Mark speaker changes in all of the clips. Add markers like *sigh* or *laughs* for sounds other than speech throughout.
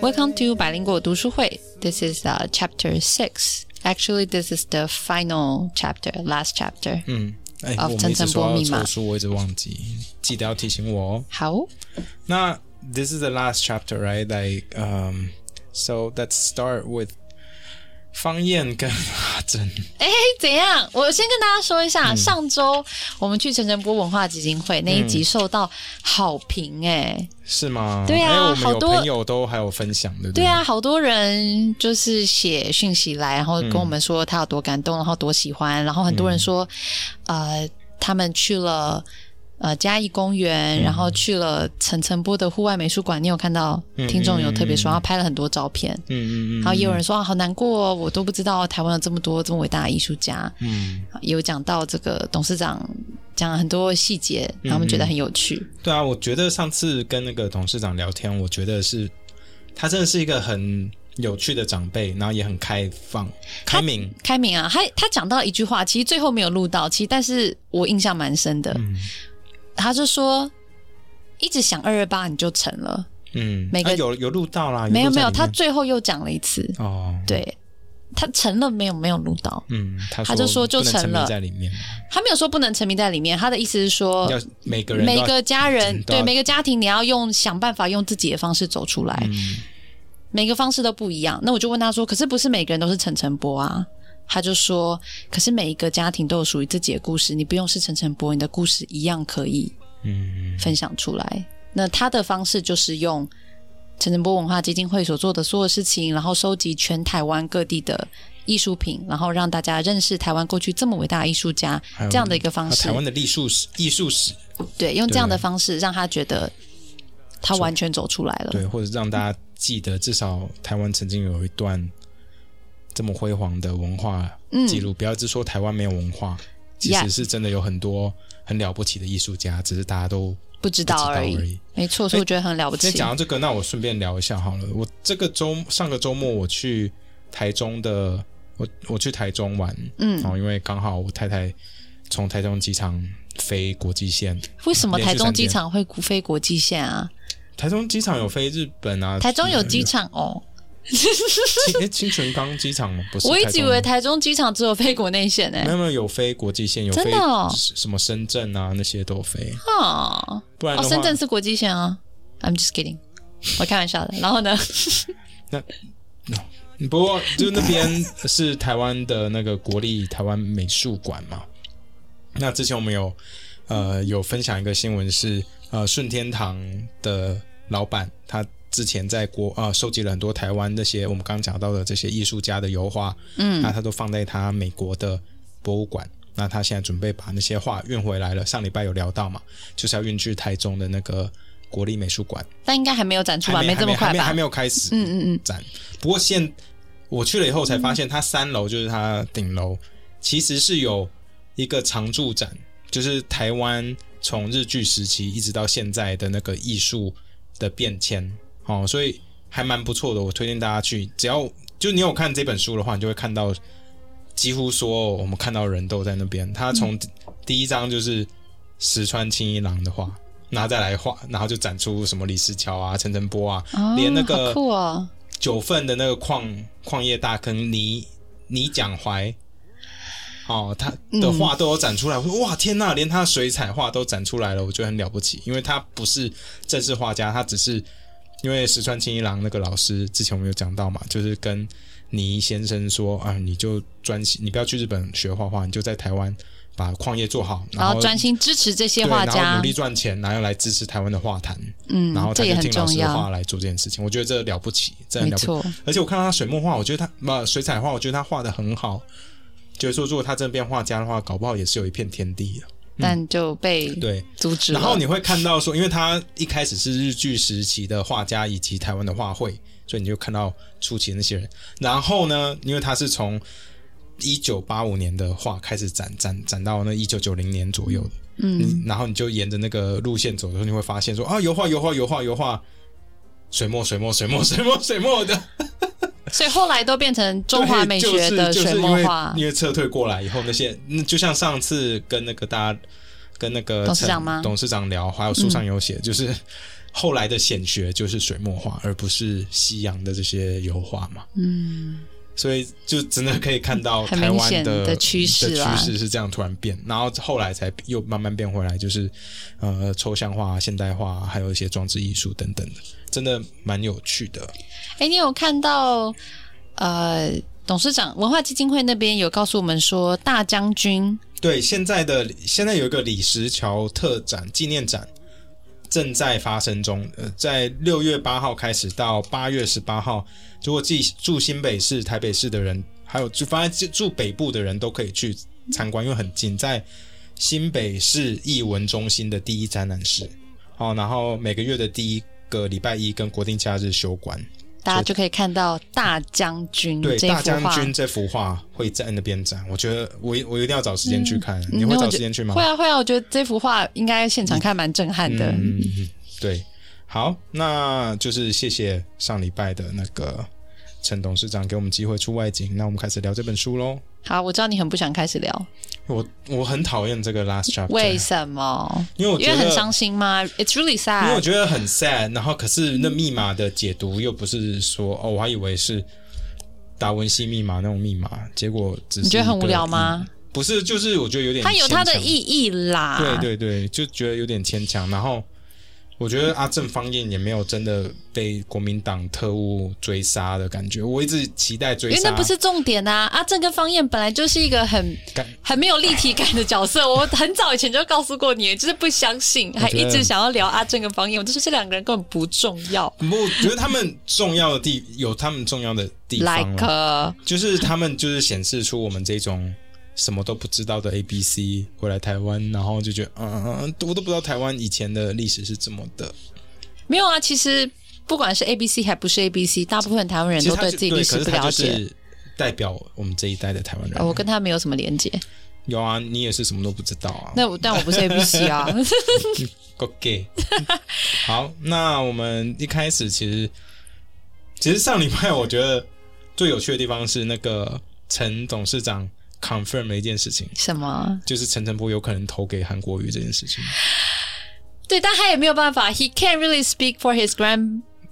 Speaker 1: Welcome to 百灵果读书会。This is uh, chapter six. Actually, this is the final chapter, last chapter.
Speaker 2: 嗯，哎、
Speaker 1: of
Speaker 2: 我们
Speaker 1: 哦层
Speaker 2: 一直说
Speaker 1: 层剥
Speaker 2: 要
Speaker 1: 密码
Speaker 2: 凑数，我一直忘记，记得要提醒我哦。
Speaker 1: 好，
Speaker 2: 那 this is the last chapter, right? Like, um, so let's start with 方燕跟阿珍。 *laughs*
Speaker 1: 哎，怎样？我先跟大家说一下，上周我们去陈晨波文化基金会那一集受到好评、哎、
Speaker 2: 是吗？
Speaker 1: 对啊
Speaker 2: 哎我们
Speaker 1: 好
Speaker 2: 有
Speaker 1: 多
Speaker 2: 朋友都还有分享，对不
Speaker 1: 对啊，好多人就是写讯息来，然后跟我们说他有多感动，然后多喜欢，然后很多人说，
Speaker 2: 嗯
Speaker 1: 呃，他们去了呃嘉义公
Speaker 2: 嗯
Speaker 1: 园，然后去了陈澄波的户外美术馆，你有看到
Speaker 2: 嗯
Speaker 1: 听众有特别说，然后拍了很多照片，
Speaker 2: 嗯嗯嗯，
Speaker 1: 然后也有人说啊，好难过、哦，我都不知道台湾有这么多这么伟大的艺术家，
Speaker 2: 嗯，
Speaker 1: 也有讲到这个董事长讲了很多细节，然后他们
Speaker 2: 嗯
Speaker 1: 觉得很有趣，
Speaker 2: 对啊，我觉得上次跟那个董事长聊天，我觉得是他真的是一个很有趣的长辈，然后也很开放、开明。
Speaker 1: 开明啊，他他讲到一句话，其实最后没有录到，其实但是我印象蛮深的。
Speaker 2: 嗯
Speaker 1: 他就说，一直想二二八你就成了，
Speaker 2: 嗯，
Speaker 1: 每个
Speaker 2: 啊有有录到啦，
Speaker 1: 没有
Speaker 2: 录在
Speaker 1: 没有，
Speaker 2: 里
Speaker 1: 他
Speaker 2: 面
Speaker 1: 最后又讲了一次，
Speaker 2: 哦，
Speaker 1: 对他成了没有没有录到，
Speaker 2: 嗯，他
Speaker 1: 他就说就
Speaker 2: 不能沉
Speaker 1: 成
Speaker 2: 迷
Speaker 1: 了
Speaker 2: 在里面，
Speaker 1: 他没有说不能沉迷在里面，他的意思是说。
Speaker 2: 要每个人都
Speaker 1: 呃每
Speaker 2: 要
Speaker 1: 个家人
Speaker 2: 都要
Speaker 1: 对每个家庭，你要用想办法用自己的方式走出来，
Speaker 2: 嗯
Speaker 1: 每个方式都不一样。那我就问他说：“可是不是每个人都是陈晨波啊？”他就说：“可是每一个家庭都有属于自己的故事，你不用是陈晨波，你的故事一样可以
Speaker 2: 嗯
Speaker 1: 分享出来。那他的方式就是用陈晨波文化基金会所做的所有事情，然后收集全台湾各地的艺术品，然后让大家认识台湾过去这么伟大的艺术家
Speaker 2: 有
Speaker 1: 这样的一个方
Speaker 2: 啊
Speaker 1: 式
Speaker 2: 台。湾的艺术史艺术史，
Speaker 1: 对，用这样的方式让他觉得他完全走出来了。
Speaker 2: 对，或者让大家记得，至少台湾曾经有一段这么辉煌的文化记录。不要只说台湾没有文化，其
Speaker 1: 嗯 Yeah
Speaker 2: 实是真的有很多很了不起的艺术家，只是大家都
Speaker 1: 不知
Speaker 2: 不知
Speaker 1: 道
Speaker 2: 道
Speaker 1: 而
Speaker 2: 而
Speaker 1: 已。
Speaker 2: 已。
Speaker 1: 没错，所以我觉得很了不
Speaker 2: 那
Speaker 1: 起。
Speaker 2: 讲到这个，那我顺便聊一下好了。我这个周上个周末我去台中的，我我去台中玩，
Speaker 1: 嗯
Speaker 2: 然后因为刚好我太太从台中机场飞国际线，
Speaker 1: 为什么
Speaker 2: 连续
Speaker 1: 台中
Speaker 2: 三
Speaker 1: 机
Speaker 2: 天
Speaker 1: 场会飞国际线啊？
Speaker 2: 台中机场有飞日本啊，
Speaker 1: 台中有机场哦，
Speaker 2: 清诶清泉岗机场吗？不是，
Speaker 1: 我一
Speaker 2: 台
Speaker 1: 直以
Speaker 2: 中
Speaker 1: 为台中机场只有飞国内线呢、
Speaker 2: 没有没有有飞国际线，有
Speaker 1: 真
Speaker 2: 飞
Speaker 1: 的哦
Speaker 2: 什么深圳啊那些都有飞，
Speaker 1: 哦，
Speaker 2: 不然
Speaker 1: 哦，
Speaker 2: 的话，
Speaker 1: 深圳是国际线啊。I'm just kidding，我开玩笑的。然后呢？ *laughs*
Speaker 2: 不过就那边是台湾的那个国立台湾美术馆嘛。那之前我们有呃有分享一个新闻是呃顺天堂的老板他。之前在国呃收集了很多台湾那些我们刚刚讲到的这些艺术家的油画，嗯，那他都放在他美国的博物馆。那他现在准备把那些画运回来了。上礼拜有聊到嘛，就是要运去台中的那个国立美术馆。
Speaker 1: 但应该还没有展出吧？
Speaker 2: 还没
Speaker 1: 这么
Speaker 2: 还
Speaker 1: 快
Speaker 2: 没还
Speaker 1: 吧
Speaker 2: 没？有开始，嗯嗯嗯，展。不过现我去了以后才发现，它三楼就是它顶楼，其实是有一个常驻展，就是台湾从日据时期一直到现在的那个艺术的变迁，哦，所以还蛮不错的。我推荐大家去，只要就你有看这本书的话，你就会看到几乎所有我们看到的人都在那边。他
Speaker 1: 嗯
Speaker 2: 从第一章就是石川清一郎的画，然后再来画，然后就展出什么李石桥啊、陈澄波啊，
Speaker 1: 哦
Speaker 2: 连那
Speaker 1: 好
Speaker 2: 个
Speaker 1: 酷哦，
Speaker 2: 九份的那个矿矿业大坑倪倪蒋怀。哦，他的
Speaker 1: 嗯
Speaker 2: 画都有展出来，我说哇天呐，连他的水彩画都展出来了，我觉得很了不起，因为他不是正式画家，他只是因为石川清一郎那个老师之前我们有讲到嘛，就是跟倪先生说啊，你就专心，你不要去日本学画画，你就在台湾把矿业做好，
Speaker 1: 然后
Speaker 2: 后
Speaker 1: 专心支持这些
Speaker 2: 对，
Speaker 1: 画
Speaker 2: 然后
Speaker 1: 家
Speaker 2: 努，力赚钱，然后来支持台湾的画坛，
Speaker 1: 嗯
Speaker 2: 然后，他
Speaker 1: 这也
Speaker 2: 就
Speaker 1: 很
Speaker 2: 听老
Speaker 1: 重
Speaker 2: 师的话
Speaker 1: 要，
Speaker 2: 来做这件事情，我觉得这了不起，真的
Speaker 1: 没
Speaker 2: 了不起。
Speaker 1: 错。
Speaker 2: 而且我看到他水墨画，我觉得他不、水彩画，我觉得他画的很好。就是说，如果他真的变画家的话，搞不好也是有一片天地的。
Speaker 1: 但就被
Speaker 2: 嗯对，
Speaker 1: 阻止了。
Speaker 2: 然后你会看到说，因为他一开始是日剧时期的画家以及台湾的画会，所以你就看到初期的那些人。然后呢，因为他是从一九八五年的画开始展展展到那一九九零年左右的，嗯，然后你就沿着那个路线走的时候，你会发现说啊，油画油画油画油画，水墨水墨水墨水墨水墨的
Speaker 1: 所以后来都变成中华美学的
Speaker 2: 对就是
Speaker 1: 水墨画
Speaker 2: 就是因为因为撤退过来以后，那些那就像上次跟那个大家跟那个
Speaker 1: 董事
Speaker 2: 陈
Speaker 1: 长吗嗯
Speaker 2: 董事长聊，还有书上有写，就是后来的显学就是水墨画，而不是西洋的这些油画嘛。
Speaker 1: 嗯，
Speaker 2: 所以就真的可以看到
Speaker 1: 很
Speaker 2: 台
Speaker 1: 明
Speaker 2: 湾
Speaker 1: 显
Speaker 2: 的
Speaker 1: 的趋势啊
Speaker 2: 的
Speaker 1: 啦
Speaker 2: 趋势是这样突然变，然后后来才又慢慢变回来，就是呃抽象画、现代化，还有一些装置艺术等等的，真的蛮有趣的。
Speaker 1: 哎，你有看到呃，董事长文化基金会那边有告诉我们说，大将军
Speaker 2: 对，现在的现在有一个李石桥特展纪念展正在发生中，呃，在六月八号开始到八月十八号，如果记住新北市、台北市的人，还有就反正住北部的人都可以去参观，因为很近，在新北市艺文中心的第一展览室。哦，然后每个月的第一个礼拜一跟国定假日休馆。
Speaker 1: 大家就可以看到大将军
Speaker 2: 对，
Speaker 1: 嗯这
Speaker 2: 大
Speaker 1: 幅
Speaker 2: 将
Speaker 1: 画。
Speaker 2: 军这幅画会在那边展，我觉得我我一定要找时间去看。
Speaker 1: 嗯
Speaker 2: 你会
Speaker 1: 那我
Speaker 2: 找
Speaker 1: 觉
Speaker 2: 时间去吗？
Speaker 1: 会啊会啊，我觉得这幅画应该现场看蛮震撼的。
Speaker 2: 嗯，对，好，那就是谢谢上礼拜的那个陈董事长给我们机会出外景，那我们开始聊这本书喽。
Speaker 1: 好，我知道你很不想开始聊，
Speaker 2: 我我很讨厌这个 last chapter，
Speaker 1: 为什么？
Speaker 2: 因为我
Speaker 1: 因
Speaker 2: 觉
Speaker 1: 为
Speaker 2: 得
Speaker 1: 很伤心吗？It's really
Speaker 2: 因为我
Speaker 1: sad。
Speaker 2: 觉得很 sad，然后可是那密码的解读又不是说哦，我还以为是达文西密码那种密码，结果只是
Speaker 1: 你觉得很
Speaker 2: 一个
Speaker 1: 无聊
Speaker 2: 意
Speaker 1: 吗？
Speaker 2: 不是，就是我觉嗯得有点
Speaker 1: 它有它的
Speaker 2: 牵强
Speaker 1: 意义啦。
Speaker 2: 对对对，就觉得有点牵强。然后我觉得阿正方燕也没有真的被国民党特务追杀的感觉。我一直期待追
Speaker 1: 因为那
Speaker 2: 杀，
Speaker 1: 不是重点啊！阿正跟方燕本来就是一个很
Speaker 2: 感
Speaker 1: 很没有立体感的角色，我很早以前就告诉过你，就是不相信，还一直想要聊阿正跟方燕，我就说这两个人根本不重要。
Speaker 2: 我觉得他们重要的地有他们重要的地方啊
Speaker 1: Like，
Speaker 2: 啦，
Speaker 1: 呃
Speaker 2: 就是他们就是显示出我们这种。什么都不知道的 A B C 回来台湾，然后就觉得，嗯嗯嗯，我都不知道台湾以前的历史是怎么的。
Speaker 1: 没有啊，其实不管是 A B C 还不是 A B C，大部分台湾人
Speaker 2: 其
Speaker 1: 都
Speaker 2: 实他
Speaker 1: 对
Speaker 2: 就
Speaker 1: 自己
Speaker 2: 对
Speaker 1: 历史
Speaker 2: 可是
Speaker 1: 不
Speaker 2: 他
Speaker 1: 了解。
Speaker 2: 就是代表我们这一代的台湾人。
Speaker 1: 呃我跟他没有什么连接，
Speaker 2: 有啊，你也是什么都不知道啊。
Speaker 1: 那我但我
Speaker 2: *laughs*
Speaker 1: 不是 A B C 啊， *laughs*
Speaker 2: 够 gay。好，那我们一开始其实，其实上礼拜我觉得最有趣的地方是那个陈董事长 confirm 了一件事情，
Speaker 1: 什么？
Speaker 2: 就是陈诚波有可能投给韩国瑜这件事情。
Speaker 1: 对，但他也没有办法，He can't really speak for his granddad,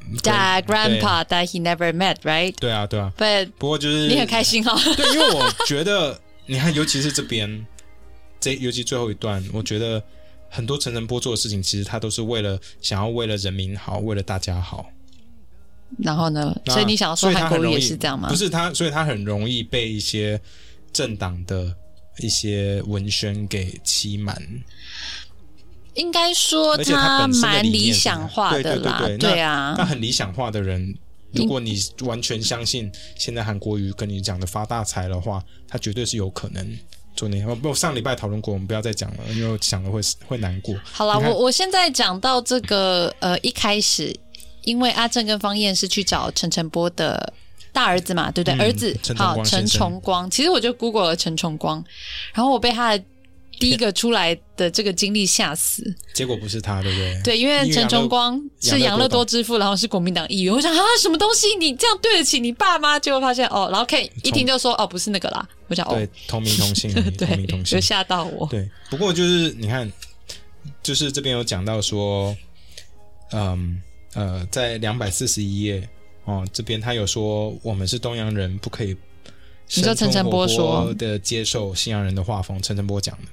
Speaker 2: 嗯对
Speaker 1: grandpa that he never met, right?
Speaker 2: 对啊，对啊。
Speaker 1: But
Speaker 2: 不过就是
Speaker 1: 你很开心哦。
Speaker 2: 对，因为我觉得，你看，尤其是这边，这尤其最后一段，我觉得很多陈诚波做的事情，其实他都是为了想要为了人民好，为了大家好。
Speaker 1: *laughs* 然后呢？
Speaker 2: 那
Speaker 1: 所以你想要说
Speaker 2: 所以
Speaker 1: 韩
Speaker 2: 他
Speaker 1: 国
Speaker 2: 很
Speaker 1: 瑜
Speaker 2: 容
Speaker 1: 也
Speaker 2: 易
Speaker 1: 是这样吗
Speaker 2: 不？是他，所以他很容易被一些政党的一些文宣给欺瞒，
Speaker 1: 应该说
Speaker 2: 而且他本身的
Speaker 1: 哦蛮
Speaker 2: 理念是
Speaker 1: 想化
Speaker 2: 对
Speaker 1: 的
Speaker 2: 对对
Speaker 1: 啦，
Speaker 2: 对那那
Speaker 1: 啊。
Speaker 2: 很理想化的人。如果你完全相信现在韩国瑜跟你讲的发大财的话，他绝对是有可能做那些。我我上礼拜讨论过，我们不要再讲了，因为我想了会会难过。
Speaker 1: 好啦，
Speaker 2: 你看
Speaker 1: 我我现在讲到这个呃，一开始因为阿正跟方燕是去找陈晨波的大儿子嘛，对不对？
Speaker 2: 嗯
Speaker 1: 儿子
Speaker 2: 陈崇
Speaker 1: 好
Speaker 2: 光
Speaker 1: 陈
Speaker 2: 先生
Speaker 1: 崇光，其实我就 Google 了陈崇光，然后我被他的第一个出来的这个经历吓死。
Speaker 2: 结果不是他，对不对？
Speaker 1: 对，因为
Speaker 2: 因为
Speaker 1: 陈
Speaker 2: 杨乐
Speaker 1: 崇光是
Speaker 2: 杨
Speaker 1: 养
Speaker 2: 乐
Speaker 1: 乐
Speaker 2: 多
Speaker 1: 多之父，然后是国民党议员。我想啊，什么东西？你这样对得起你爸妈？结果发现哦，然后看一听就说哦，不是那个啦。我想哦，
Speaker 2: 对，同名
Speaker 1: *laughs*
Speaker 2: 同姓而已，同名同姓
Speaker 1: 有。吓到我。
Speaker 2: 对，不过就是你看，就是这边有讲到说，嗯呃，在两百四十一页哦，这边他有说我们是东洋人，不可以
Speaker 1: 你说陈
Speaker 2: 生
Speaker 1: 诚
Speaker 2: 吞活
Speaker 1: 波说
Speaker 2: 剥的接受西洋人的画风，陈诚波讲的，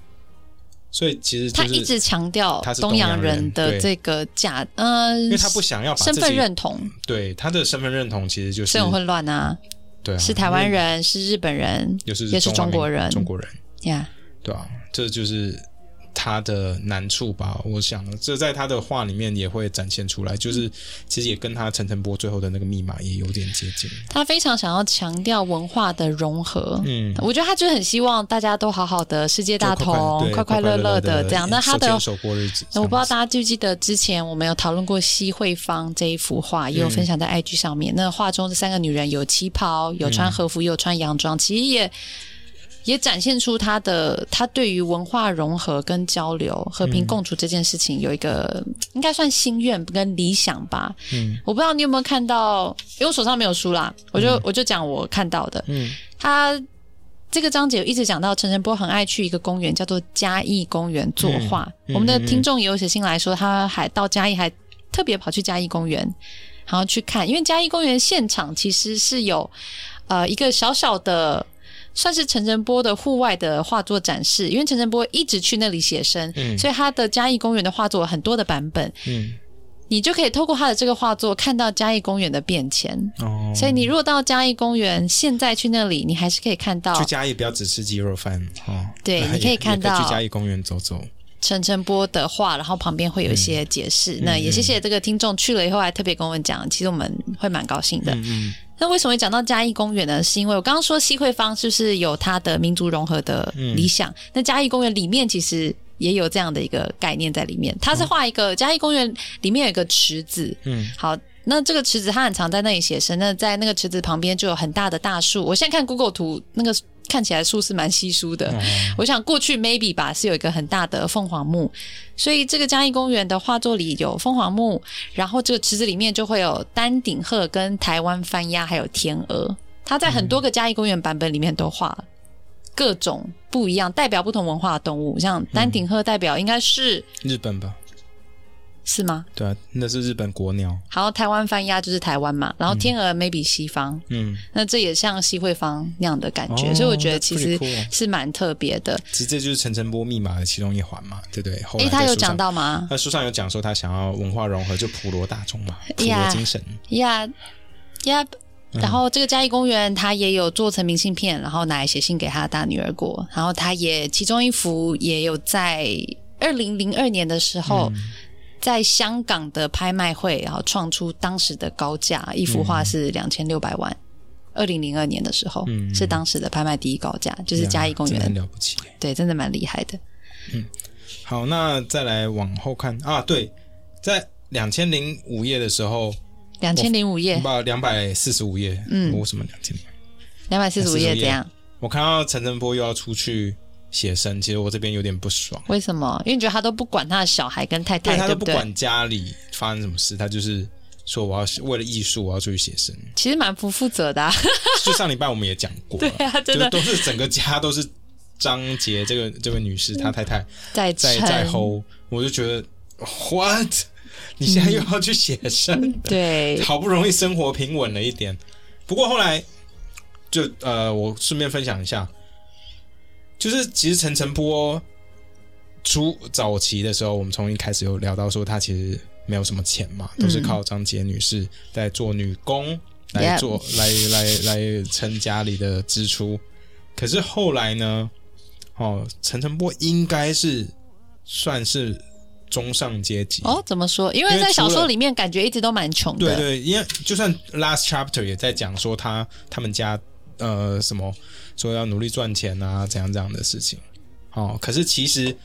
Speaker 2: 所以其实就
Speaker 1: 他
Speaker 2: 是
Speaker 1: 一直强调
Speaker 2: 他是
Speaker 1: 东洋
Speaker 2: 东洋
Speaker 1: 人
Speaker 2: 人
Speaker 1: 的
Speaker 2: 对
Speaker 1: 这个假，呃，
Speaker 2: 因为他不想要把
Speaker 1: 身
Speaker 2: 自
Speaker 1: 份
Speaker 2: 己
Speaker 1: 认同
Speaker 2: 对他的身份认同其实就是
Speaker 1: 是很混乱啊，
Speaker 2: 对啊，
Speaker 1: 是台湾，人，是日本人
Speaker 2: 也是
Speaker 1: 也是中
Speaker 2: 中华
Speaker 1: 国
Speaker 2: 民
Speaker 1: 人
Speaker 2: 中国人。
Speaker 1: 呀。
Speaker 2: 对啊，这就是他的难处吧。我想，这在他的画里面也会展现出来，
Speaker 1: 嗯
Speaker 2: 就是其实也跟他陈诚波最后的那个密码也有点接近。
Speaker 1: 他非常想要强调文化的融合，
Speaker 2: 嗯，
Speaker 1: 我觉得他就很希望大家都好好的，世界大同，快
Speaker 2: 快快
Speaker 1: 乐乐
Speaker 2: 的
Speaker 1: 这样。那他的
Speaker 2: 手牵手过日子，
Speaker 1: 那我不知道
Speaker 2: 这样
Speaker 1: 大家记不记得之前我们有讨论过西惠芳这一幅
Speaker 2: 嗯
Speaker 1: 画，也有分享在 IG 上面。那画中这三个女人有旗袍，
Speaker 2: 嗯
Speaker 1: 有穿和服，也有穿洋装，其实也也展现出她的她对于文化融合跟交流、和
Speaker 2: 嗯
Speaker 1: 平共处这件事情有一个应该算心愿跟理想吧。
Speaker 2: 子，嗯
Speaker 1: 我不知道你有没有看到，因为我手上没有书啦，我就、我就讲我看到的。
Speaker 2: 嗯
Speaker 1: 他这个章节有一直讲到陈晨波很爱去一个公园，叫做嘉义公园作画。
Speaker 2: 嗯
Speaker 1: 我们的
Speaker 2: 嗯嗯
Speaker 1: 听众也有写信来说，他还到嘉义还特别跑去嘉义公园，然后去看，因为嘉义公园现场其实是有呃一个小小的。算是陈晨波的户外的画作展示，因为陈晨波一直去那里写生，
Speaker 2: 嗯
Speaker 1: 所以他的嘉义公园的画作有很多的版本，
Speaker 2: 嗯，
Speaker 1: 你就可以透过他的这个画作看到嘉义公园的变迁。
Speaker 2: 哦，
Speaker 1: 所以你如果到嘉义公园，现在去那里，你还是可以看到
Speaker 2: 去嘉义不要只吃鸡肉饭哦。
Speaker 1: 对
Speaker 2: 也
Speaker 1: 你可以看到
Speaker 2: 也去嘉义公园走走。
Speaker 1: 陈晨波的画，然后旁边会有一些
Speaker 2: 嗯
Speaker 1: 解释。那也谢谢这个听众去了以后还特别跟我们讲，其实我们会蛮高兴的。
Speaker 2: 嗯嗯
Speaker 1: 那为什么会讲到嘉义公园呢？是因为我刚刚说西会方就是有它的民族融合的
Speaker 2: 嗯
Speaker 1: 理想，那嘉义公园里面其实也有这样的一个概念在里面。它是画一个、嘉义公园里面有一个池子，
Speaker 2: 嗯，
Speaker 1: 好，那这个池子它很常在那里写生。那在那个池子旁边就有很大的大树。我现在看 Google 图，那个看起来树是蛮稀疏的。
Speaker 2: 哦
Speaker 1: 我想过去 maybe 吧是有一个很大的凤凰木，所以这个嘉义公园的画作里有凤凰木，然后这个池子里面就会有丹顶鹤、跟台湾番鸭还有天鹅。它在很多个嘉义公园版本里面都画了各种不一样，代表不同文化的动物，像丹顶鹤代表应该是、
Speaker 2: 日本吧，
Speaker 1: 是吗？
Speaker 2: 对啊，那是日本国鸟。
Speaker 1: 然后台湾番鸭就是台湾嘛，然后天鹅 maybe 西方，
Speaker 2: 嗯，
Speaker 1: 那这也像西惠方那样的感觉，
Speaker 2: 哦
Speaker 1: 所以我觉得
Speaker 2: that's
Speaker 1: 其实
Speaker 2: pretty cool
Speaker 1: 是蛮特别的。
Speaker 2: 其实这就是陈晨波密码的其中一环嘛，对不对？后
Speaker 1: 诶，
Speaker 2: 来
Speaker 1: 他
Speaker 2: 在
Speaker 1: 有
Speaker 2: 书
Speaker 1: 讲
Speaker 2: 上，
Speaker 1: 到吗？
Speaker 2: 他书上有讲说他想要文化融合，就普罗大众嘛，普罗
Speaker 1: Yeah
Speaker 2: 精神。
Speaker 1: 呀呀，
Speaker 2: 嗯
Speaker 1: 然后这个嘉义公园他也有做成明信片，然后拿来写信给他的大女儿国，然后他也其中一幅也有在二零零二年的时候。
Speaker 2: 嗯
Speaker 1: 在香港的拍卖会，然后创出当时的高价，一幅画是两千六百万。二零零二年的时候、
Speaker 2: 嗯
Speaker 1: 是当时的拍卖第一高价，就是嘉义公
Speaker 2: 真的很
Speaker 1: 园，
Speaker 2: 了不起。
Speaker 1: 对，真的蛮厉害的。
Speaker 2: 好，那再来往后看啊，对，在两千零五页的时候，
Speaker 1: 两千零五页，
Speaker 2: 不，两百四十五页，嗯，我为什么两千零？
Speaker 1: 两百四十五页
Speaker 2: 245页
Speaker 1: 这样？
Speaker 2: 我看到陈晨波又要出去写生，其实我这边有点不爽，
Speaker 1: 为什么？因为你觉得他都不管他的小孩跟太
Speaker 2: 对
Speaker 1: 太，
Speaker 2: 他
Speaker 1: 对
Speaker 2: 都不
Speaker 1: 对？
Speaker 2: 管家里发生什么事，他就是说我要为了艺术，我要出去写生。
Speaker 1: 其实蛮不负责的、啊。
Speaker 2: 就上礼拜我们也讲过了，
Speaker 1: *laughs* 对啊真
Speaker 2: 就
Speaker 1: 的
Speaker 2: 是都是整个家都是张杰这个这位女士她太太
Speaker 1: 在
Speaker 2: 在
Speaker 1: 撑
Speaker 2: 在吼，我就觉得 what，你现在又要去写生，
Speaker 1: 嗯对，
Speaker 2: 好不容易生活平稳了一点，不过后来就呃，我顺便分享一下，就是其实陈晨波初早期的时候，我们从一开始有聊到说他其实没有什么钱嘛，都是靠张杰女士在做女工来
Speaker 1: Yep
Speaker 2: 做、来来来撑家里的支出，可是后来呢，哦，陈晨波应该是算是中上阶级
Speaker 1: 哦，怎么说？因为在小说里面感觉一直都蛮穷
Speaker 2: 对
Speaker 1: 的，
Speaker 2: 对，因为就算 last chapter 也在讲说他他们家呃什么说要努力赚钱啊，怎样怎样的事情。哦，可是其实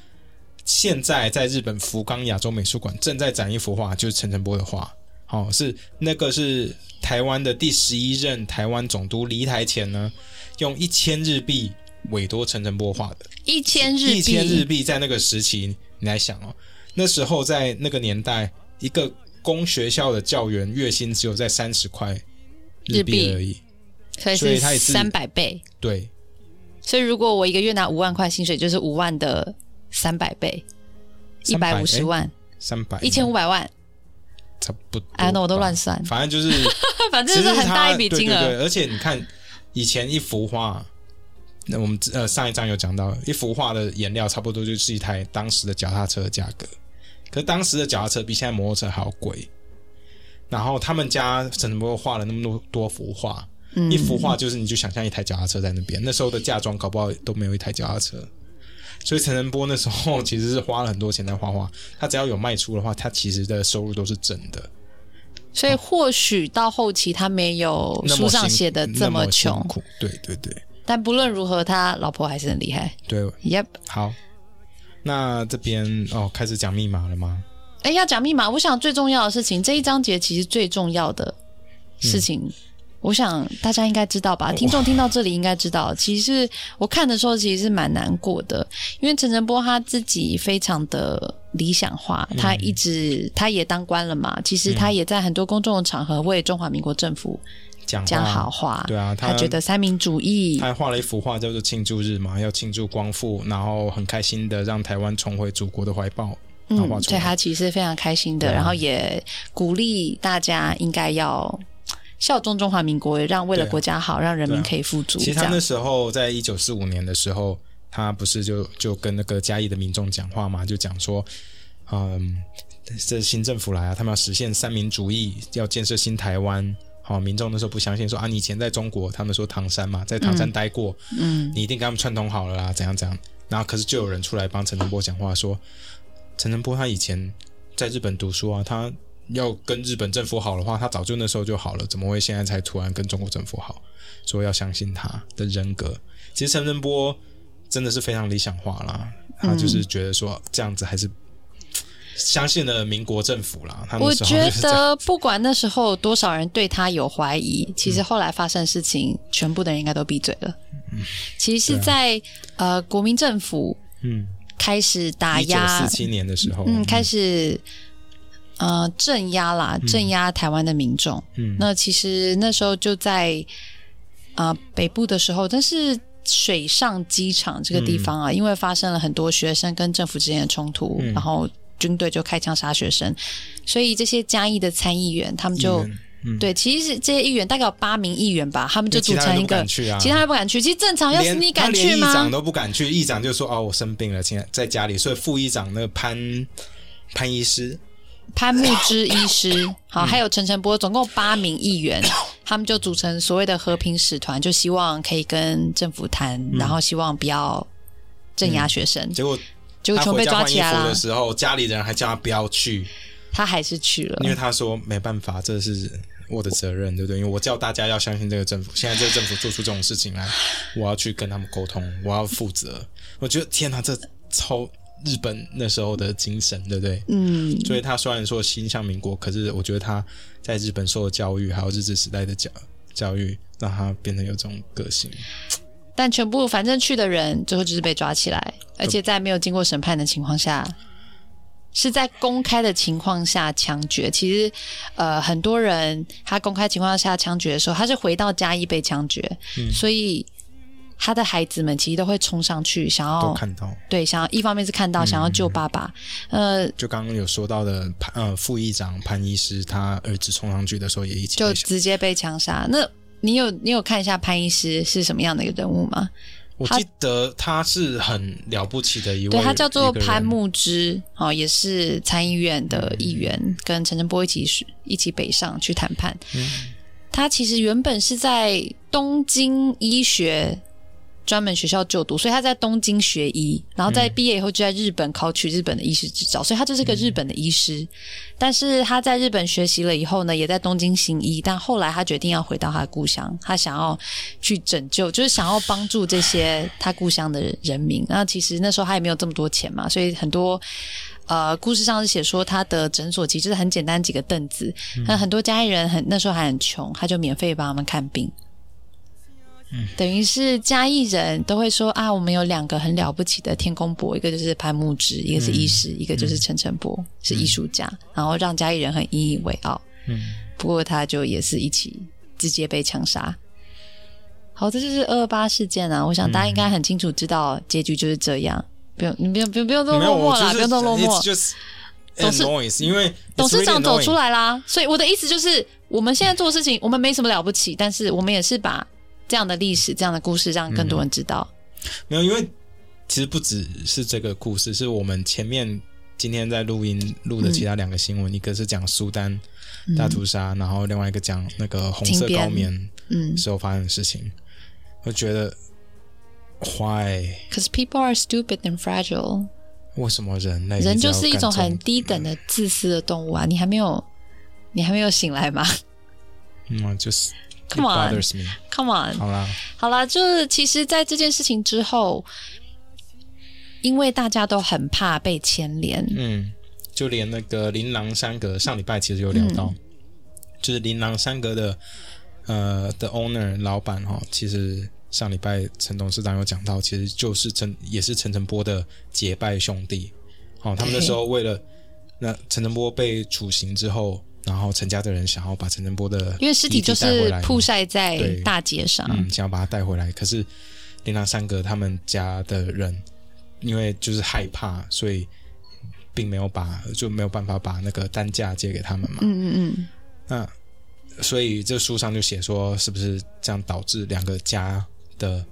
Speaker 2: 现在在日本福冈亚洲美术馆正在展一幅画，就是陈澄波的画。哦，是那个是台湾的第十一任台湾总督离台前呢，用一千日币委托陈澄波画的。
Speaker 1: 一千日
Speaker 2: 一千日
Speaker 1: 币，
Speaker 2: 币在那个时期，你来想哦，那时候在那个年代，一个公学校的教员月薪只有在三十块日币而已。
Speaker 1: 可以
Speaker 2: 所
Speaker 1: 是
Speaker 2: 以他也是
Speaker 1: 三百倍。
Speaker 2: 对，
Speaker 1: 所以如果我一个月拿五万块薪水，就是五万的三百倍，一百五十
Speaker 2: 哎
Speaker 1: 万，
Speaker 2: 三百
Speaker 1: 一千五百万。
Speaker 2: 差不多。
Speaker 1: 哎，那我都乱，算，
Speaker 2: 反正就是
Speaker 1: *laughs* 反正
Speaker 2: 其
Speaker 1: 是
Speaker 2: 实
Speaker 1: 很
Speaker 2: 他
Speaker 1: 大一笔金
Speaker 2: 对
Speaker 1: 额
Speaker 2: 对。对，而且你看以前一幅画。那我们呃上一章有讲到，一幅画的颜料差不多就是一台当时的脚踏车的价格，可是当时的脚踏车比现在摩托车还要贵。然后他们家陈伯画了那么多多幅画，
Speaker 1: 嗯
Speaker 2: 一幅画就是你就想象一台脚踏车在那边，那时候的嫁妆搞不好都没有一台脚踏车，所以陈仁波那时候其实是花了很多钱在画画，他只要有卖出的话，他其实的收入都是正的。
Speaker 1: 所以或许到后期他没有
Speaker 2: 那
Speaker 1: 书
Speaker 2: 么
Speaker 1: 上
Speaker 2: 辛
Speaker 1: 写的这
Speaker 2: 那么辛
Speaker 1: 穷，
Speaker 2: 苦，对对对
Speaker 1: 但不论如何，他老婆还是很厉害。
Speaker 2: 对，
Speaker 1: Yep，
Speaker 2: 好。那这边哦，开始讲密码了吗？
Speaker 1: 哎，要讲密码，我想最重要的事情，这一章节其实最重要的
Speaker 2: 嗯
Speaker 1: 事情，我想大家应该知道吧？
Speaker 2: 哦
Speaker 1: 听众听到这里应该知道，其实我看的时候其实是蛮难过的，因为陈晨波他自己非常的理想化，他
Speaker 2: 嗯
Speaker 1: 一直他也当官了嘛，其实他也在很多公众的场合为中华民国政府
Speaker 2: 讲
Speaker 1: 讲
Speaker 2: 话
Speaker 1: 好，话，
Speaker 2: 对啊他
Speaker 1: 他觉得三民主义
Speaker 2: 他还画了一幅画叫做《庆祝日》嘛，要庆祝光复，然后很开心的让台湾重回祖国的怀抱。
Speaker 1: 嗯
Speaker 2: 好不好？
Speaker 1: 对他其实非常开心的，
Speaker 2: 对啊
Speaker 1: 然后也鼓励大家应该要效忠中华民国，让为了
Speaker 2: 对啊
Speaker 1: 国家好，让人民
Speaker 2: 对啊
Speaker 1: 可以富足。
Speaker 2: 其实
Speaker 1: 这
Speaker 2: 他那
Speaker 1: 样，
Speaker 2: 时候在一九四五年的时候，他不是就就跟那个嘉义的民众讲话嘛，就讲说，嗯，这新政府来啊，他们要实现三民主义，要建设新台湾。好、民众那时候不相信说，啊，你以前在中国，他们说唐山嘛，在唐山待过，
Speaker 1: 嗯，
Speaker 2: 你一定跟他们串通好了啦，怎样怎样。然后可是就有人出来帮陈澄波讲话说，陈澄波他以前在日本读书啊，他要跟日本政府好的话，他早就那时候就好了，怎么会现在才突然跟中国政府好？说要相信他的人格。其实陈澄波真的是非常理想化啦，他就是觉得说这样子还是。相信了民国政府啦，他
Speaker 1: 我
Speaker 2: 那时候
Speaker 1: 觉
Speaker 2: 就是这样。
Speaker 1: 得不管那时候有多少人对他有怀疑，其
Speaker 2: 嗯
Speaker 1: 实后来发生的事情，全部的人应该都闭嘴了。其实是在、呃国民政府
Speaker 2: 嗯，
Speaker 1: 开始打
Speaker 2: 啊一九
Speaker 1: 压
Speaker 2: 四，七年的时候，
Speaker 1: 哎嗯，开始呃镇压啦，镇压台湾的民众。
Speaker 2: 嗯
Speaker 1: 那其实那时候就在呃北部的时候，但是水上机场这个地方啊，因为发生了很多学生跟政府之间的冲突，
Speaker 2: 嗯
Speaker 1: 然后军队就开枪杀学生，所以这些嘉义的参议员他们
Speaker 2: 议
Speaker 1: 就
Speaker 2: 员嗯
Speaker 1: 对，其实这些议员大概有八名议员吧，他们就
Speaker 2: 因为其
Speaker 1: 组
Speaker 2: 他人
Speaker 1: 成
Speaker 2: 都
Speaker 1: 一
Speaker 2: 不
Speaker 1: 个
Speaker 2: 敢，去啊
Speaker 1: 其他人不敢去。其实正常，要是
Speaker 2: 连
Speaker 1: 你
Speaker 2: 他
Speaker 1: 敢
Speaker 2: 连
Speaker 1: 去
Speaker 2: 议
Speaker 1: 吗
Speaker 2: 长？都不敢去，议长就说：“哦，我生病了，现在在家里。”所以副议长那个潘潘医师，
Speaker 1: 潘木之医
Speaker 2: *coughs*
Speaker 1: 师，
Speaker 2: 嗯
Speaker 1: 好，还有陈晨波，总共八名议员，他们就组成所谓的和平使团，就希望可以跟政府谈，
Speaker 2: 嗯
Speaker 1: 然后希望不要镇压学生。
Speaker 2: 结果
Speaker 1: 结果
Speaker 2: 嗯他
Speaker 1: 全部被
Speaker 2: 回家
Speaker 1: 抓
Speaker 2: 换衣
Speaker 1: 起来
Speaker 2: 服
Speaker 1: 了
Speaker 2: 的，时候，家里人还叫他不要去，
Speaker 1: 他还是去
Speaker 2: 因为
Speaker 1: 了。
Speaker 2: 他说没办法，这是我的责任，对不对？因为我叫大家要相信这个政府，现在这个政府做出这种事情来，我要去跟他们沟通，我要负责。我觉得天哪，这超日本那时候的精神，对不对？
Speaker 1: 嗯，
Speaker 2: 所以他虽然说心向民国，可是我觉得他在日本受的教育，还有日治时代的教教育，让他变得有这种个性。
Speaker 1: 但全部反正去的人最后就是被抓起来，而且在没有经过审判的情况下，是在公开的情况下枪决。其实，呃，很多人他公开情况下枪决的时候，他是回到嘉义被枪决，
Speaker 2: 嗯
Speaker 1: 所以他的孩子们其实都会冲上去，想
Speaker 2: 都
Speaker 1: 要
Speaker 2: 看嗯到，
Speaker 1: 对，想要一方面是看到想要救爸爸，呃，
Speaker 2: 就刚刚有说到的潘呃副议长潘医师，他儿子冲上去的时候也一起
Speaker 1: 就
Speaker 2: 被
Speaker 1: 直接被枪杀。那你有你有看一下潘医师是什么样的一个人物吗？
Speaker 2: 我记得他是很了不起的一位，
Speaker 1: 对，他叫做
Speaker 2: 一个人嗯
Speaker 1: 潘。木之，哦，也是参议院的议员，跟陈诚波一起是一起北上去谈判。
Speaker 2: 嗯
Speaker 1: 他其实原本是在东京医学专门学校就读，所以他在东京学医，然后
Speaker 2: 嗯
Speaker 1: 在毕业以后就在日本考取日本的医师执照，所以他就是个日本的医师。但是他在日本学习了以后呢，也在东京行医，但后来他决定要回到他的故乡，他想要啊去拯救，就是想要帮助这些他故乡的人民。那其实那时候他也没有这么多钱嘛，所以很多。呃，故事上是写说他的诊所其实就是很简单几个凳子，那、很多家里人很那时候还很穷，他就免费帮他们看病。等于是嘉义人都会说啊，我们有两个很了不起的天公伯，一个就是潘木之，一个是医
Speaker 2: 嗯
Speaker 1: 师，一个就是陈诚伯，是艺术家，然后让嘉义人很引以为傲。
Speaker 2: 嗯，
Speaker 1: 不过他就也是一起直接被枪杀。好，这就是二二八事件啊！我想大家应该很清楚知道结局就是这样，不用你不用不用不用这么
Speaker 2: 没有，
Speaker 1: 落
Speaker 2: 我
Speaker 1: 寞
Speaker 2: 就
Speaker 1: 啦，
Speaker 2: 是
Speaker 1: 不用这么落寞。
Speaker 2: 就是
Speaker 1: 董事
Speaker 2: annoys，因为
Speaker 1: 董事长走出
Speaker 2: 来，
Speaker 1: 来啦，所以我的意思就是，我们现在做的事情，我们没什么了不起，但是我们也是把这样的历史、这样的故事让更多人知道。
Speaker 2: 没有，因为其实不只是这个故事，是我们前面今天在录音录的
Speaker 1: 嗯
Speaker 2: 其他两个新闻，一个是讲苏丹大屠杀，然后另外一个讲那个红
Speaker 1: 金
Speaker 2: 色
Speaker 1: 边
Speaker 2: 高棉
Speaker 1: 嗯
Speaker 2: 时候发生的事情，我觉得，why？
Speaker 1: 可是 people are stupid and fragile，
Speaker 2: 为什么人类
Speaker 1: 人
Speaker 2: 直
Speaker 1: 就
Speaker 2: 要
Speaker 1: 是一
Speaker 2: 干
Speaker 1: 种
Speaker 2: 这
Speaker 1: 很低等的自私的动物啊！你还没有，你还没有醒来吗 *laughs*
Speaker 2: 嗯，就是 it
Speaker 1: Come on
Speaker 2: bothers me。
Speaker 1: ？Come on，
Speaker 2: 好啦，
Speaker 1: 好啦，就是其实，在这件事情之后，因为大家都很怕被牵连，
Speaker 2: 嗯，就连那个琳琅山阁上礼拜其实有聊
Speaker 1: 嗯
Speaker 2: 到，就是琳琅山阁的呃的 owner 老板哈、其实上礼拜陈董事长有讲到，其实就是陈也是陈诚波的结拜兄弟。哦，他们那时候为了那陈诚波被处刑之后，然后陈家的人想要把陈诚波的
Speaker 1: 因为尸体
Speaker 2: 遗
Speaker 1: 就
Speaker 2: 带回
Speaker 1: 是
Speaker 2: 来嘛
Speaker 1: 曝晒在
Speaker 2: 对
Speaker 1: 大街上。
Speaker 2: 嗯，想要把他带回来，可是琳琅山格他们家的人，因为就是害怕，所以并没有把就没有办法把那个单价借给他们嘛。
Speaker 1: 嗯嗯嗯，
Speaker 2: 那所以这书上就写说，是不是这样导致两个家的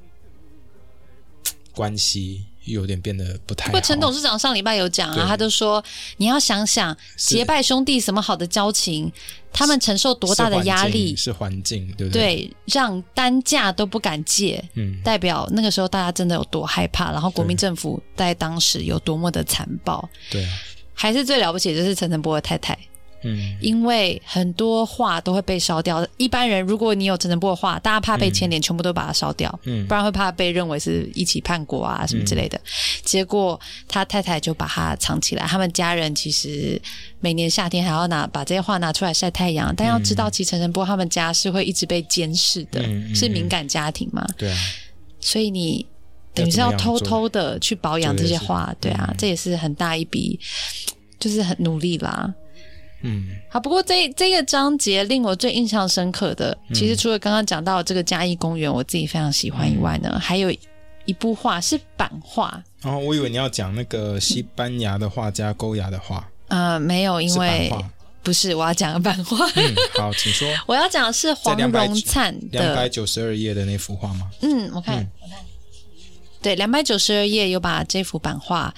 Speaker 2: 嘖关系有点变得不太
Speaker 1: 不
Speaker 2: 好？
Speaker 1: 过陈董事长上礼拜有讲
Speaker 2: 对
Speaker 1: 啊，他就说你要想想
Speaker 2: 是
Speaker 1: 结拜兄弟什么好的交情，他们承受多大的压力，
Speaker 2: 是环境，是环境对不？
Speaker 1: 对，让单价都不敢借，
Speaker 2: 嗯，
Speaker 1: 代表那个时候大家真的有多害怕，然后国民政府在当时有多么的残暴，
Speaker 2: 对啊，
Speaker 1: 还是最了不起的就是陈澄波的太太，
Speaker 2: 嗯，
Speaker 1: 因为很多画都会被烧掉。一般人如果你有陈澄波的画，大家怕被牵连，全部都把它烧掉，
Speaker 2: 嗯
Speaker 1: 不然会怕被认为是一起叛国啊什么之类的。结果他太太就把它藏起来，他们家人其实每年夏天还要拿把这些画拿出来晒太阳，但要知道，其实陈澄波他们家是会一直被监视的，
Speaker 2: 嗯嗯
Speaker 1: 是敏感家庭嘛。
Speaker 2: 对啊，
Speaker 1: 所以你等于是要偷偷的去保养这些画，
Speaker 2: 对
Speaker 1: 对啊
Speaker 2: 嗯，
Speaker 1: 这也是很大一笔，就是很努力啦。
Speaker 2: 嗯
Speaker 1: 好，不过这这个章节令我最印象深刻的，其实除了刚刚讲到这个嘉义公园，我自己非常喜欢以外
Speaker 2: 嗯
Speaker 1: 呢，还有一部画是版画，
Speaker 2: 然后我以为你要讲那个西班牙的画家勾牙的画，
Speaker 1: 呃，没有，因
Speaker 2: 是版
Speaker 1: 为
Speaker 2: 画。
Speaker 1: 不是我要讲的版画， *laughs*
Speaker 2: 嗯，好，请说。
Speaker 1: 我要讲的是黄
Speaker 2: 在200
Speaker 1: 荣灿
Speaker 2: 两百
Speaker 1: 的，
Speaker 2: 九十二页的那幅画吗？
Speaker 1: 嗯，我看，我看，对，两百九十二页有把这幅版画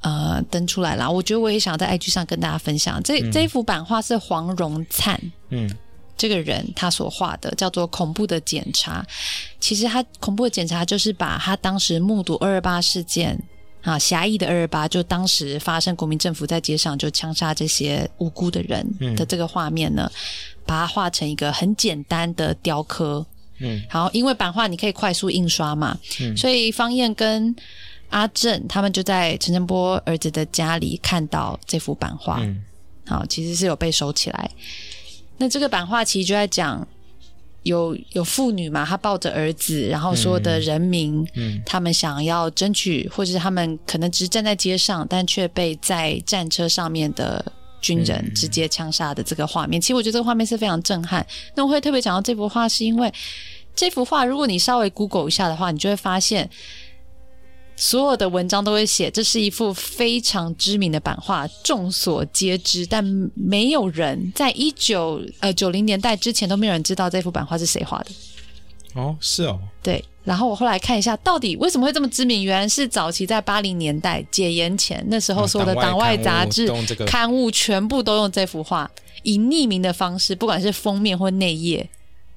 Speaker 1: 呃登出来啦。我觉得我也想在 IG 上跟大家分享，这、这幅版画是黄荣灿
Speaker 2: 嗯
Speaker 1: 这个人他所画的，叫做《恐怖的检查》。其实他恐怖的检查就是把他当时目睹二二八事件。啊，狭义的二二八，就当时发生国民政府在街上就枪杀这些无辜的人的这个画面呢，把它画成一个很简单的雕刻，
Speaker 2: 嗯
Speaker 1: 好，因为版画你可以快速印刷嘛，
Speaker 2: 嗯
Speaker 1: 所以方燕跟阿正他们就在陈振波儿子的家里看到这幅版画，
Speaker 2: 嗯
Speaker 1: 好，其实是有被收起来。那这个版画其实就在讲有有妇女嘛，她抱着儿子，然后所有的人民，
Speaker 2: 嗯
Speaker 1: 他们想要争取，或者是他们可能只是站在街上，但却被在战车上面的军
Speaker 2: 嗯
Speaker 1: 人直接枪杀的这个画面。其实我觉得这个画面是非常震撼。那我会特别讲到这幅画，是因为这幅画，如果你稍微 Google 一下的话，你就会发现。所有的文章都会写，这是一幅非常知名的版画，众所皆知，但没有人在一九呃九零年代之前都没有人知道这幅版画是谁画的。
Speaker 2: 哦，是哦，
Speaker 1: 对，然后我后来看一下，到底为什么会这么知名？原来是早期在八零年代解严前，那时候所有的
Speaker 2: 嗯党
Speaker 1: 党
Speaker 2: 外
Speaker 1: 外杂志
Speaker 2: 刊物都用这个
Speaker 1: 刊物全部都用这幅画，以匿名的方式，不管是封面或内页，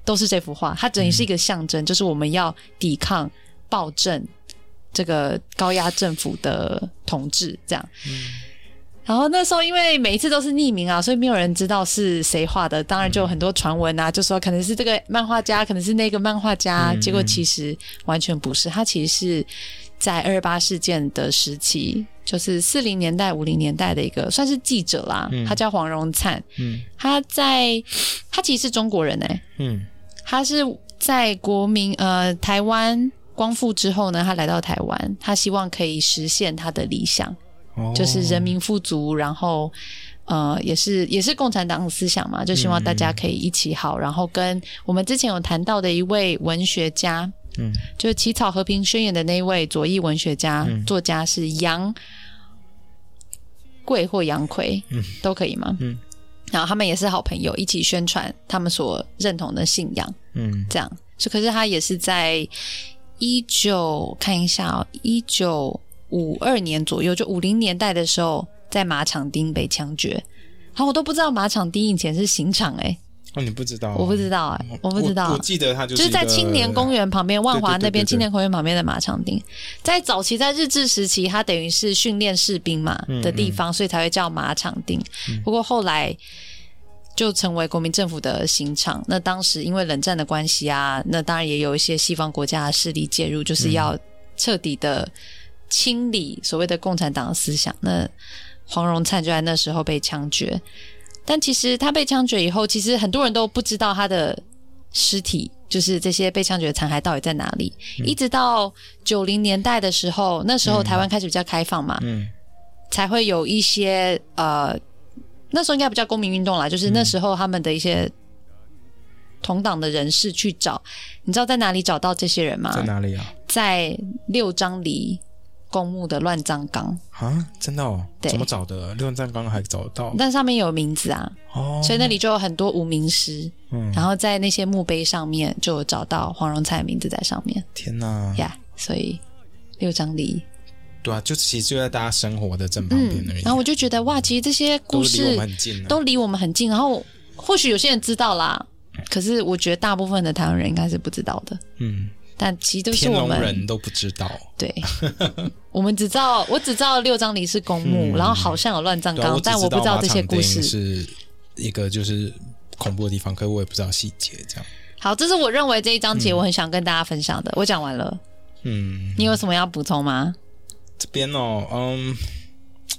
Speaker 1: 都是这幅画。它等于是一
Speaker 2: 嗯
Speaker 1: 个象征，就是我们要抵抗暴政这个高压政府的统治，这样。然后那时候，因为每一次都是匿名啊，所以没有人知道是谁画的。当然就有很多传闻啊，就说可能是这个漫画家，可能是那个漫画家。
Speaker 2: 嗯
Speaker 1: 结果其实完全不是，他其实是在二八事件的时期，就是四零年代、五零年代的一个算是记者啦。
Speaker 2: 嗯
Speaker 1: 他叫黄荣灿，
Speaker 2: 嗯
Speaker 1: 他在他其实是中国人哎、
Speaker 2: 嗯
Speaker 1: 他是在国民呃台湾光复之后呢，他来到台湾，他希望可以实现他的理想。
Speaker 2: 哦，
Speaker 1: 就是人民富足，然后呃，也是也是共产党的思想嘛，就希望大家可以一起好，然后跟我们之前有谈到的一位文学家，
Speaker 2: 嗯
Speaker 1: 就是起草和平宣言的那一位左翼文学家、
Speaker 2: 嗯
Speaker 1: 作家是杨贵或杨奎，都可以吗？
Speaker 2: 嗯
Speaker 1: 然后他们也是好朋友，一起宣传他们所认同的信仰。
Speaker 2: 嗯
Speaker 1: 这样。所以可是他也是在一九看一下哦，一九五二年左右，就五零年代的时候，在马场町被枪决。好，我都不知道马场町以前是刑场哎、
Speaker 2: 哦，你不知道啊，
Speaker 1: 我不知道哎、我不知道，
Speaker 2: 我我记得他就
Speaker 1: 就是是
Speaker 2: 一
Speaker 1: 在
Speaker 2: 个
Speaker 1: 青年公园旁边，万华那
Speaker 2: 对对对对
Speaker 1: 边
Speaker 2: 对
Speaker 1: 青年公园旁边的马场町，在早期在日治时期，它等于是训练士兵嘛
Speaker 2: 嗯
Speaker 1: 的地方，所以才会叫马场町。不过后来就成为国民政府的刑场。那当时因为冷战的关系啊，那当然也有一些西方国家的势力介入，
Speaker 2: 嗯
Speaker 1: 就是要彻底的清理所谓的共产党的思想。那黄荣灿就在那时候被枪决。但其实他被枪决以后，其实很多人都不知道他的尸体，就是这些被枪决的残骸到底在哪里。一直到九零年代的时候，那时候台湾开始比较开放嘛，
Speaker 2: 嗯
Speaker 1: 才会有一些呃，那时候应该不叫公民运动啦，就是那时候他们的一些同党的人士去
Speaker 2: 嗯
Speaker 1: 找，你知道在哪里找到这些人吗？
Speaker 2: 在哪里啊？
Speaker 1: 在六张犁公墓的乱葬岗，
Speaker 2: 啊，真的哦？
Speaker 1: 对
Speaker 2: 怎么找的？六站刚刚还找得到
Speaker 1: 但上面有名字啊，
Speaker 2: 哦，
Speaker 1: 所以那里就有很多无名尸，
Speaker 2: 嗯
Speaker 1: 然后在那些墓碑上面就有找到黄荣菜的名字在上面
Speaker 2: 天哪，
Speaker 1: 呀所以六张犁，
Speaker 2: 对啊，就其实就在大家生活的正旁
Speaker 1: 嗯
Speaker 2: 边而已，，
Speaker 1: 然后我就觉得哇，其实这些故
Speaker 2: 都离我
Speaker 1: 事
Speaker 2: 们很近啊，
Speaker 1: 都离我们很近，然后或许有些人知道啦，可是我觉得大部分的台湾人应该是不知道的，
Speaker 2: 嗯，
Speaker 1: 但其实都是
Speaker 2: 天
Speaker 1: 我
Speaker 2: 龙
Speaker 1: 们
Speaker 2: 人都不知道，
Speaker 1: 对， *laughs* 我们只知道我只知道六张犁是公墓，然后好像有乱葬
Speaker 2: 嗯对啊，
Speaker 1: 岗，
Speaker 2: 我只
Speaker 1: 嗯但我不知道
Speaker 2: 马
Speaker 1: 这些
Speaker 2: 场
Speaker 1: 故事。
Speaker 2: 町是一个就是恐怖的地方，可我也不知道细节，这样，
Speaker 1: 好，这是我认为这一章节我很想跟大家分享的。我讲完了，
Speaker 2: 嗯，
Speaker 1: 你有什么要补充吗？
Speaker 2: 这边哦，嗯，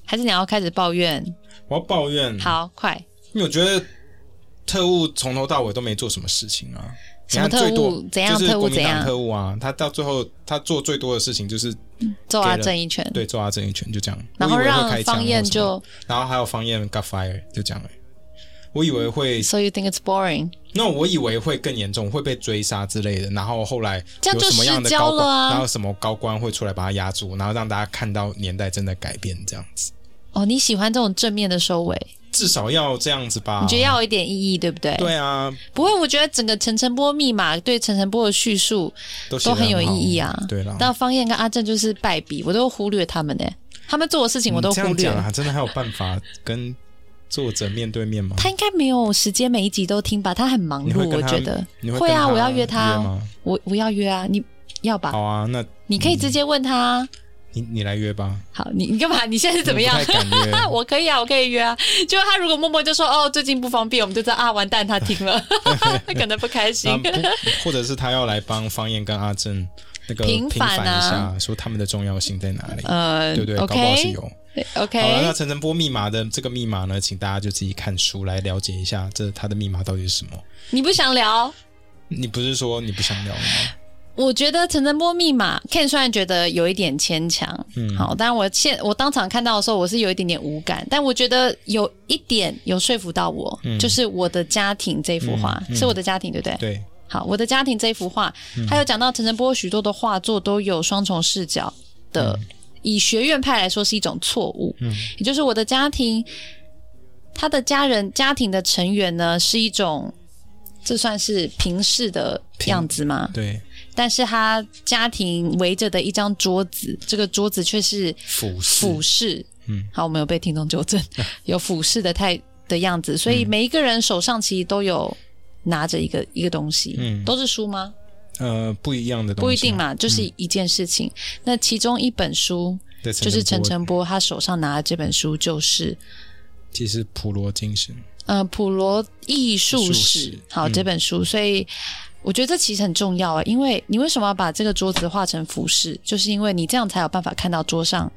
Speaker 1: 还是你要开始抱怨？
Speaker 2: 我要抱怨，
Speaker 1: 好，快！
Speaker 2: 因为我觉得特务从头到尾都没做什么事情啊。
Speaker 1: 什么
Speaker 2: 你看最多
Speaker 1: 特务怎样
Speaker 2: 就是
Speaker 1: 特务
Speaker 2: 国民党
Speaker 1: 怎样
Speaker 2: 特务啊，他到最后他做最多的事情就是
Speaker 1: 揍他
Speaker 2: 给了
Speaker 1: 正义拳，
Speaker 2: 对抓他正义拳，就这样。
Speaker 1: 然后
Speaker 2: 我以为会
Speaker 1: 让
Speaker 2: 开枪
Speaker 1: 方燕
Speaker 2: 或什么，
Speaker 1: 就
Speaker 2: 然后还有方燕 got fire，就这样、欸。我以为会，
Speaker 1: So you think it's boring？
Speaker 2: 那我以为会更严重，会被追杀之类的。然后后来
Speaker 1: 这样
Speaker 2: 有
Speaker 1: 就
Speaker 2: 什么样的
Speaker 1: 失焦
Speaker 2: 高官，
Speaker 1: 了啊
Speaker 2: 然后什么高官会出来把他压住，然后让大家看到年代真的改变这样子。
Speaker 1: 哦，你喜欢这种正面的收尾，
Speaker 2: 至少要这样子吧？
Speaker 1: 你觉得要有一点意义，对不对？
Speaker 2: 啊对啊，
Speaker 1: 不会，我觉得整个陈晨波密码对陈晨波的叙述
Speaker 2: 都写
Speaker 1: 都
Speaker 2: 得
Speaker 1: 很有
Speaker 2: 好
Speaker 1: 意义啊。
Speaker 2: 对啦，
Speaker 1: 但方燕跟阿正就是败笔，我都忽略他们呢、欸他们做的事情我都忽
Speaker 2: 你这样
Speaker 1: 略。
Speaker 2: 讲啊，真的还有办法跟作者面对面吗？
Speaker 1: 他应该没有时间每一集都听吧？他很忙
Speaker 2: 你会
Speaker 1: 碌，我
Speaker 2: 跟他
Speaker 1: 觉得
Speaker 2: 你会
Speaker 1: 会
Speaker 2: 跟
Speaker 1: 啊，
Speaker 2: 他
Speaker 1: 我要约他
Speaker 2: 约
Speaker 1: 啊，
Speaker 2: 吗？
Speaker 1: 我我要约啊，你要吧？
Speaker 2: 好啊，那
Speaker 1: 你可以直接问他啊。
Speaker 2: 你你来约吧。
Speaker 1: 好，你你干嘛？你现在是怎么样。
Speaker 2: 我？不太敢约
Speaker 1: *laughs* 我可以啊，我可以约啊。就他如果默默就说哦，最近不方便，我们就知道啊，完蛋，他听
Speaker 2: *laughs*
Speaker 1: 了，他可能不开心
Speaker 2: 啊。不或者是他要来帮方燕跟阿正那个
Speaker 1: 平
Speaker 2: 平
Speaker 1: 反
Speaker 2: 反一
Speaker 1: 啊
Speaker 2: 下，说他们的重要性在哪里，
Speaker 1: 呃
Speaker 2: 对不对？搞不好是有。好了，那
Speaker 1: ，OK，OK，
Speaker 2: 陈晨波密码的这个密码呢，请大家就自己看书来了解一下，这他的密码到底是什么？
Speaker 1: 你不想聊？
Speaker 2: 你不是说你不想聊了吗？
Speaker 1: 我觉得陈晨波密码，Ken 虽然觉得有一点牵强，嗯，好，但我现我当场看到的时候，我是有一点点无感，但我觉得有一点有说服到我，就是我的家庭这幅画、是我的家庭，对 *laughs* 嗯不对？嗯
Speaker 2: 对，
Speaker 1: 好，我的家庭这幅画，还有讲到陈晨波许多的画作都有双重视角的，以学院派来说是一种错误，嗯，也就是我的家庭，他的家人家庭的成员呢是一种，这算是平视的样子吗？
Speaker 2: 对，
Speaker 1: 但是他家庭围着的一张桌子，这个桌子却是
Speaker 2: 俯视
Speaker 1: 俯视。
Speaker 2: 嗯，
Speaker 1: 好，我们有被听众纠
Speaker 2: *laughs*
Speaker 1: 正，有俯视的态的样子，所以
Speaker 2: 嗯
Speaker 1: 每一个人手上其实都有拿着一个一个东西，
Speaker 2: 嗯
Speaker 1: 都是书吗？
Speaker 2: 呃不一样的东西，
Speaker 1: 不一定嘛，就是一件事情。那其中一本书
Speaker 2: 对。
Speaker 1: 就是陈
Speaker 2: 波
Speaker 1: 晨波，他手上拿的这本书就是
Speaker 2: 其实普罗精神，
Speaker 1: 呃《普罗艺术史
Speaker 2: 术
Speaker 1: 嗯
Speaker 2: 史》
Speaker 1: 好、这本书，所以我觉得这其实很重要啊，因为你为什么要把这个桌子画成服饰，就是因为你这样才有办法看到桌上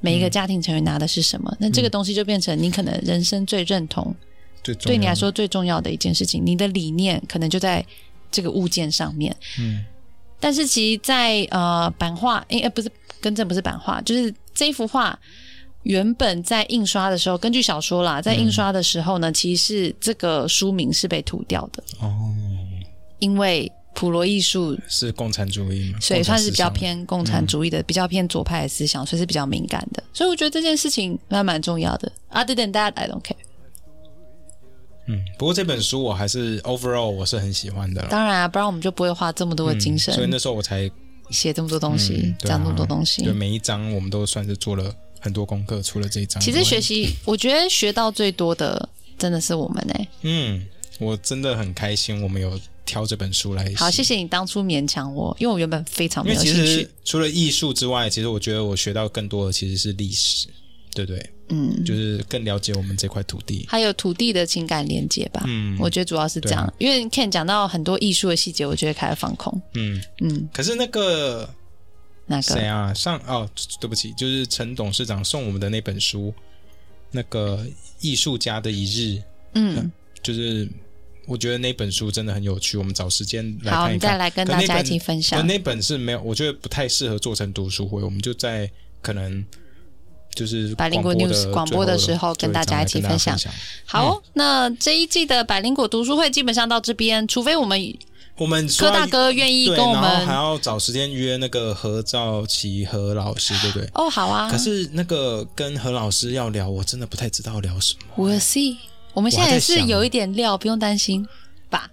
Speaker 1: 每一个家庭成员拿的是什么，那这个东西就变成你可能人生最认同、
Speaker 2: 最重
Speaker 1: 对你
Speaker 2: 要
Speaker 1: 来
Speaker 2: 的
Speaker 1: 说最重要的一件事情，你的理念可能就在这个物件上面。
Speaker 2: 嗯，
Speaker 1: 但是其实在，呃版画，诶、呃不是更正，不是版画，就是这一幅画原本在印刷的时候，根据小说啦，在印刷的时
Speaker 2: 嗯
Speaker 1: 候呢，其实是这个书名是被涂掉的，
Speaker 2: 哦，
Speaker 1: 因为普罗艺术。
Speaker 2: 是共产主义嘛，
Speaker 1: 所以算是比较
Speaker 2: 共产思想
Speaker 1: 偏共产主义的，比较偏左派的思想，所以是比较敏感的。所以我觉得这件事情还蛮重要的。Other than that, I don't care。
Speaker 2: 嗯，不过这本书我还是 overall 我是很喜欢的啦，
Speaker 1: 当然啊，不然我们就不会花这么多的精神
Speaker 2: 嗯所以那时候我才
Speaker 1: 写这么多东西
Speaker 2: 嗯，对啊
Speaker 1: 讲、这么多东西
Speaker 2: 对。每一章我们都算是做了很多功课，除了这一章以
Speaker 1: 其
Speaker 2: 外，
Speaker 1: 实学习，我觉得学到最多的真的是我们哎、
Speaker 2: 嗯，我真的很开心，我们有挑这本书来写
Speaker 1: 好，谢谢你当初勉强我，因为我原本非常
Speaker 2: 因
Speaker 1: 没有
Speaker 2: 为其
Speaker 1: 兴趣
Speaker 2: 实。除了艺术之外，其实我觉得我学到更多的其实是历史，对不对？
Speaker 1: 嗯，
Speaker 2: 就是更了解我们这块土地。
Speaker 1: 还有土地的情感连接吧，
Speaker 2: 嗯
Speaker 1: 我觉得主要是这样。因为 Ken 讲到很多艺术的细节，我觉得开始放空。
Speaker 2: 嗯，
Speaker 1: 嗯，
Speaker 2: 可是那个
Speaker 1: 那
Speaker 2: 谁
Speaker 1: 个
Speaker 2: 啊？上哦，对不起，就是陈董事长送我们的那本书，那个《艺术家的一日》，
Speaker 1: 嗯，
Speaker 2: 就是我觉得那本书真的很有趣，我们找时间来
Speaker 1: 好，我
Speaker 2: 看
Speaker 1: 们
Speaker 2: 一
Speaker 1: 再
Speaker 2: 看。
Speaker 1: 来跟
Speaker 2: 可
Speaker 1: 大
Speaker 2: 那
Speaker 1: 家一
Speaker 2: 本
Speaker 1: 起分
Speaker 2: 可
Speaker 1: 享。
Speaker 2: 那本是没有，我觉得不太适合做成读书会，我们就在可能就是
Speaker 1: 百灵果
Speaker 2: 广播
Speaker 1: news
Speaker 2: 的
Speaker 1: 广播的
Speaker 2: 最后
Speaker 1: 时候
Speaker 2: 最
Speaker 1: 跟
Speaker 2: 后
Speaker 1: 大
Speaker 2: 一
Speaker 1: 家
Speaker 2: 章
Speaker 1: 一
Speaker 2: 来
Speaker 1: 起
Speaker 2: 跟大
Speaker 1: 分
Speaker 2: 家
Speaker 1: 享
Speaker 2: 享。
Speaker 1: 好，那这一季的百灵果读书会基本上到这边，除非我们
Speaker 2: 我们说
Speaker 1: 柯
Speaker 2: 要
Speaker 1: 大哥愿意
Speaker 2: 对，
Speaker 1: 跟我
Speaker 2: 然后还
Speaker 1: 们
Speaker 2: 要找时间约那个何兆琪何老师，对不对？
Speaker 1: 哦，好啊。
Speaker 2: 可是那个跟何老师要聊，我真的不太知道聊什么，
Speaker 1: We'll see，我们现
Speaker 2: 我
Speaker 1: 在
Speaker 2: 还在
Speaker 1: 也
Speaker 2: 想
Speaker 1: 是有一点料，不用担心吧？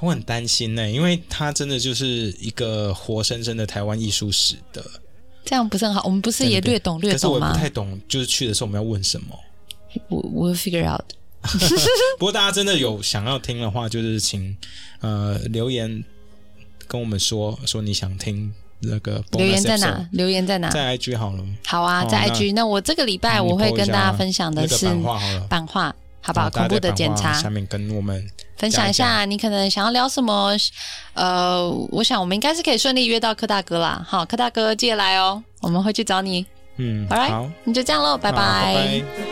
Speaker 2: 我很担心呢、因为他真的就是一个活生生的台湾艺术史的，
Speaker 1: 这样不是很好？我们不是也
Speaker 2: 对对对
Speaker 1: 略懂略
Speaker 2: 可是我
Speaker 1: 懂
Speaker 2: 也不
Speaker 1: 吗
Speaker 2: 太懂，就是去的时候我们要问什么。
Speaker 1: 我我 figure out。
Speaker 2: 不过大家真的有想要听的话，就是请呃留言跟我们说说你想听那个 bonus
Speaker 1: 留言在哪
Speaker 2: episode？？
Speaker 1: 留言在哪？
Speaker 2: 在 IG 好了，
Speaker 1: 好啊，
Speaker 2: 哦
Speaker 1: 在
Speaker 2: 那
Speaker 1: IG。那我这个礼拜我会跟大家分享的是
Speaker 2: 那个版画好了，
Speaker 1: 版画，好不好？
Speaker 2: 然后大
Speaker 1: 恐
Speaker 2: 家
Speaker 1: 怖
Speaker 2: 在
Speaker 1: 的
Speaker 2: 版
Speaker 1: 检
Speaker 2: 画
Speaker 1: 查
Speaker 2: 下，面跟我们
Speaker 1: 分享一下你可能想要聊什么。呃，我想我们应该是可以顺利约到柯大哥啦。好，柯大哥记得来哦，我们会去找你。
Speaker 2: 嗯
Speaker 1: All right，
Speaker 2: 好，
Speaker 1: 你就这样喽，拜
Speaker 2: 好拜拜